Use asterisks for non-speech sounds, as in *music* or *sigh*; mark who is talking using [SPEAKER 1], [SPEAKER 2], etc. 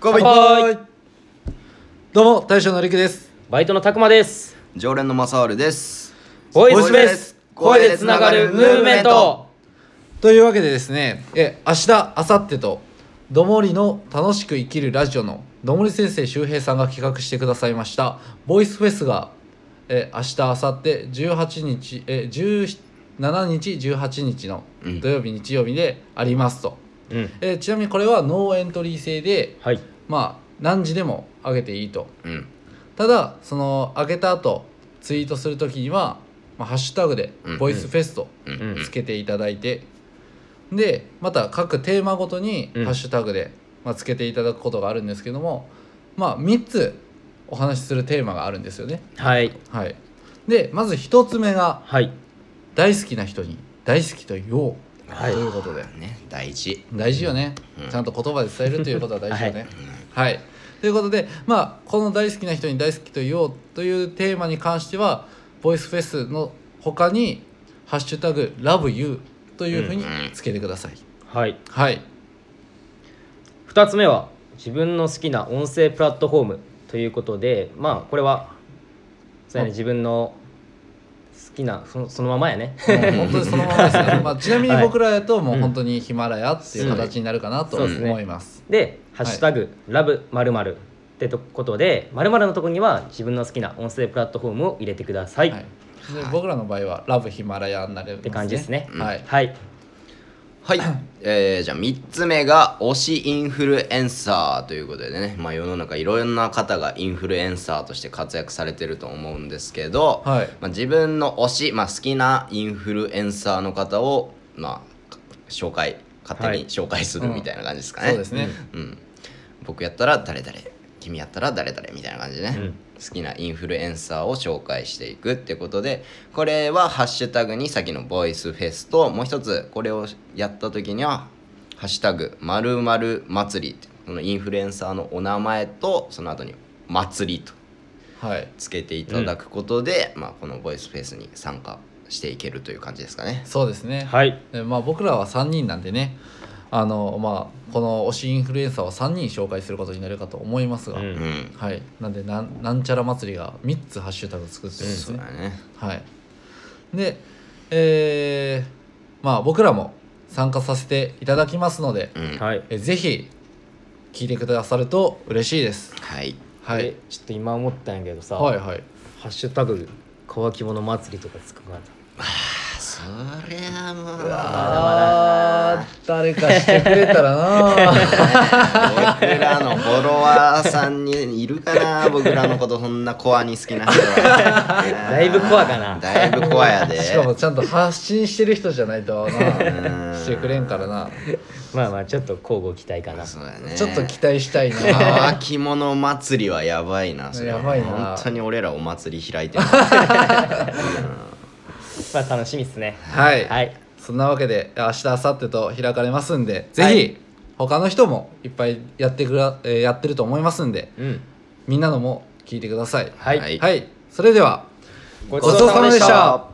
[SPEAKER 1] 乾
[SPEAKER 2] 乾杯
[SPEAKER 3] どうも大将のりくです
[SPEAKER 2] バイトのたくまです。
[SPEAKER 1] 常連のマサールです
[SPEAKER 2] ボイスベース、声でつながるムーブメント。
[SPEAKER 3] というわけでですねえ明日明後日とどもりの楽しく生きるラジオのどもり先生周平さんが企画してくださいましたボイスフェスがえ明日明後日18日え17日18日の
[SPEAKER 1] うん
[SPEAKER 3] 土曜日、日曜日でありますと
[SPEAKER 2] うん。
[SPEAKER 3] えちなみにこれはノーエントリー制で
[SPEAKER 2] はい。
[SPEAKER 3] まあ何時でも上げていいと
[SPEAKER 1] うん
[SPEAKER 3] ただその上げた後ツイートする時には、まあ、ハッシュタグで
[SPEAKER 1] うん
[SPEAKER 3] 「ボイスフェスト」
[SPEAKER 1] う
[SPEAKER 2] うんん
[SPEAKER 3] つけていただいて、でまた各テーマごとにハ
[SPEAKER 2] うん
[SPEAKER 3] ッシュタグで、まあ、つけていただくことがあるんですけどもまあ3つお話しするテーマがあるんですよね
[SPEAKER 2] はい。
[SPEAKER 3] はいでまず1つ目が
[SPEAKER 2] はい。
[SPEAKER 3] 「大好きな人に大好きと言おう」
[SPEAKER 2] はい
[SPEAKER 3] ということで
[SPEAKER 1] ね大事
[SPEAKER 3] 大事よね、
[SPEAKER 1] うん
[SPEAKER 3] ちゃんと言葉で伝えるということは大事よねはい、ということでまあこの大好きな人に大好きと言おうというテーマに関してはボイスフェスの他に「ハッシュタグラブユーというふうにつけてください、
[SPEAKER 2] はい。
[SPEAKER 3] はい
[SPEAKER 2] 二つ目は自分の好きな音声プラットフォームということで、まあこれはそうやね
[SPEAKER 3] あ
[SPEAKER 2] 自分の好きなそのそのままやね。
[SPEAKER 3] 本当にそのままですね、まあ、ちなみに僕らだともう
[SPEAKER 2] はい
[SPEAKER 3] 本当にヒマラヤっていう形になるかなと
[SPEAKER 2] そうですね
[SPEAKER 3] 思います、
[SPEAKER 2] で、ハッシュタグラブまるまるってとことで、まるまるのとこには自分の好きな音声プラットフォームを入れてください。
[SPEAKER 3] はい
[SPEAKER 2] っ
[SPEAKER 3] で僕らの場合はラブヒマラヤになれる
[SPEAKER 2] て感じですね。
[SPEAKER 3] はい、
[SPEAKER 2] はい。
[SPEAKER 1] はい、 *clears throat* えー、じゃあ3つ目が推しインフルエンサーということでね、まあ、世の中いろんな方がインフルエンサーとして活躍されてると思うんですけど、
[SPEAKER 3] はい
[SPEAKER 1] まあ、自分の推し、まあ、好きなインフルエンサーの方を、まあ、紹介勝手に紹介するみたいな感じですかね、
[SPEAKER 3] そうですね、
[SPEAKER 1] うん、僕やったら誰々君やったら誰々みたいな感じでね、
[SPEAKER 2] うん
[SPEAKER 1] 好きなインフルエンサーを紹介していくってことでこれはハッシュタグにさっきのボイスフェスともう一つこれをやった時には「ハッシュタグまるまる祭り」ってそのインフルエンサーのお名前とその後に「祭り」と
[SPEAKER 3] はい
[SPEAKER 1] つけていただくことで、まあ、このボイスフェスに参加していけるという感じですかね。
[SPEAKER 3] そうですね
[SPEAKER 2] はい。
[SPEAKER 3] でまあ、僕らは3人なんでねあの、まあ、この推しインフルエンサーを3人紹介することになるかと思いますが、
[SPEAKER 2] うん
[SPEAKER 1] うん、
[SPEAKER 3] はい、なんでなんなんちゃら祭りが3つハッシュタグ作ってるんです
[SPEAKER 1] そう
[SPEAKER 3] ね
[SPEAKER 1] だ、ね。
[SPEAKER 3] はい、でえーまあ僕らも参加させていただきますので、
[SPEAKER 1] うん、
[SPEAKER 2] はい。
[SPEAKER 3] えぜひ聞いてくださると嬉しいです
[SPEAKER 1] はい。
[SPEAKER 3] は
[SPEAKER 2] で
[SPEAKER 3] い
[SPEAKER 2] ちょっと今思ったんやけどさ、
[SPEAKER 3] はいはい
[SPEAKER 2] ハッシュタグ乾き物祭りとかつくかな
[SPEAKER 1] そりゃもう。
[SPEAKER 3] あー誰かしてくれたらな
[SPEAKER 1] 僕らのフォロワーさんにいるか
[SPEAKER 3] *laughs*
[SPEAKER 1] な僕らのことそんなコアに好きな人は
[SPEAKER 2] だいぶコアかな
[SPEAKER 1] だいぶコアやで
[SPEAKER 3] しかもちゃんと発信してる人じゃないとな
[SPEAKER 1] うん
[SPEAKER 3] してくれんからな
[SPEAKER 2] まあまあちょっと交互期待かな
[SPEAKER 1] そうだね
[SPEAKER 3] ちょっと期待したいな
[SPEAKER 1] 乾き物祭りはやばいなそれは
[SPEAKER 3] やばいな
[SPEAKER 1] 本当に俺らお祭り開いてる
[SPEAKER 2] まあ楽しみっすね
[SPEAKER 3] はい、
[SPEAKER 2] はい
[SPEAKER 3] そんなわけで明日明後日と開かれますんでぜ
[SPEAKER 2] は
[SPEAKER 3] ひ、
[SPEAKER 2] い
[SPEAKER 3] 他の人もいっぱいやってくら、えーやってると思いますんで
[SPEAKER 2] うん
[SPEAKER 3] みんなのも聞いてください
[SPEAKER 2] はい、
[SPEAKER 1] はい
[SPEAKER 3] それでは
[SPEAKER 2] ご
[SPEAKER 3] *laughs* ごちそうさまでした